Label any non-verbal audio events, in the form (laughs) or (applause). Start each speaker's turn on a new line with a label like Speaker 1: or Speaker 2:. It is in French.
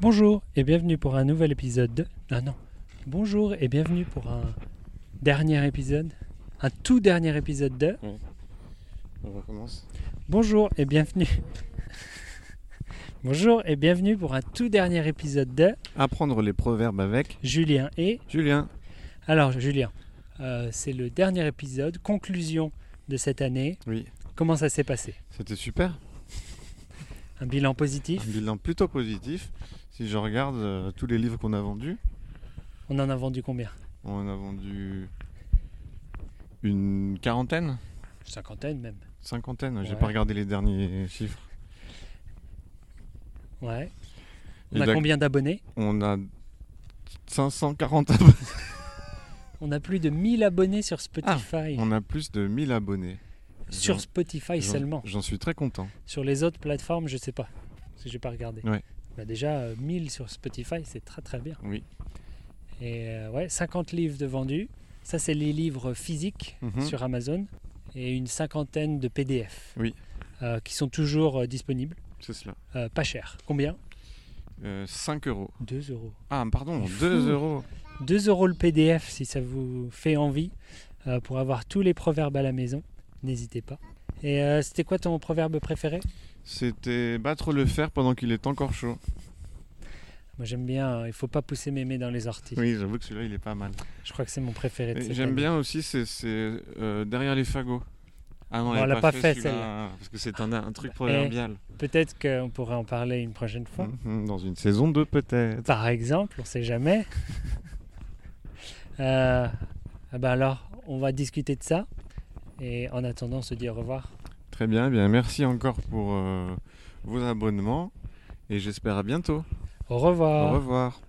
Speaker 1: Bonjour et bienvenue pour un nouvel épisode de... Ah non. Bonjour et bienvenue pour un dernier épisode. Un tout dernier épisode de...
Speaker 2: On recommence.
Speaker 1: Bonjour et bienvenue. (laughs) Bonjour et bienvenue pour un tout dernier épisode de
Speaker 2: Apprendre les proverbes avec
Speaker 1: Julien et...
Speaker 2: Julien.
Speaker 1: Alors Julien, euh, c'est le dernier épisode, conclusion de cette année.
Speaker 2: Oui,
Speaker 1: Comment ça s'est passé
Speaker 2: c'était super.
Speaker 1: Un bilan
Speaker 2: Un
Speaker 1: positif
Speaker 2: bilan plutôt positif. Si je regarde euh, tous les livres qu'on a vendus,
Speaker 1: On en a vendu combien
Speaker 2: on en a vendu une quarantaine,
Speaker 1: Cinquantaine même.
Speaker 2: cinquantaine. J'ai
Speaker 1: Ouais.
Speaker 2: pas regardé les derniers chiffres.
Speaker 1: Ouais.
Speaker 2: Et
Speaker 1: On a
Speaker 2: d'ac-
Speaker 1: combien d'abonnés
Speaker 2: on a 540
Speaker 1: On a plus de 1000 abonnés sur Spotify.
Speaker 2: Ah, On a plus de 1000 abonnés.
Speaker 1: Sur
Speaker 2: J'en-
Speaker 1: Spotify
Speaker 2: j'en-
Speaker 1: seulement.
Speaker 2: J'en suis très content.
Speaker 1: Sur les autres plateformes, je sais pas. Parce que j'ai pas regardé.
Speaker 2: Ouais.
Speaker 1: Bah déjà, euh, 1000 sur Spotify, c'est très très bien.
Speaker 2: Oui.
Speaker 1: Et euh, ouais, 50 livres de vendus. Ça, c'est les livres physiques
Speaker 2: Mhm.
Speaker 1: sur Amazon. Et une cinquantaine de PDF.
Speaker 2: Oui.
Speaker 1: Euh, qui sont toujours euh, disponibles.
Speaker 2: C'est cela.
Speaker 1: Euh, pas cher. Combien
Speaker 2: Euh, 5 euros.
Speaker 1: 2 euros.
Speaker 2: Ah,
Speaker 1: (laughs)
Speaker 2: pardon,
Speaker 1: Il est
Speaker 2: 2
Speaker 1: fou.
Speaker 2: euros.
Speaker 1: 2 euros le PDF si ça vous fait envie euh, pour avoir tous les proverbes à la maison. N'hésitez pas. Et euh, c'était quoi ton proverbe préféré
Speaker 2: C'était battre le fer pendant qu'il est encore chaud.
Speaker 1: Moi j'aime bien, euh, il faut pas pousser mémé dans les orties.
Speaker 2: Oui, j'avoue que celui-là, il est pas mal.
Speaker 1: Je crois que c'est mon préféré. de
Speaker 2: Et
Speaker 1: cette
Speaker 2: J'aime
Speaker 1: année.
Speaker 2: bien aussi, c'est c'est, euh, derrière les fagots. Ah non,
Speaker 1: Bon,
Speaker 2: on l'a pas fait,
Speaker 1: celle-là. Eh,
Speaker 2: celui-là, parce que c'est un, un truc proverbial.
Speaker 1: Peut-être qu'on pourrait en parler une prochaine fois.
Speaker 2: Mhm, Dans une saison 2 peut-être.
Speaker 1: Par exemple, on sait jamais. (laughs) Euh, ah ben alors, on va discuter de ça. Et en attendant, on se dit au revoir.
Speaker 2: Très bien, eh bien merci encore pour euh, vos abonnements et j'espère à bientôt.
Speaker 1: Au revoir.
Speaker 2: Au revoir.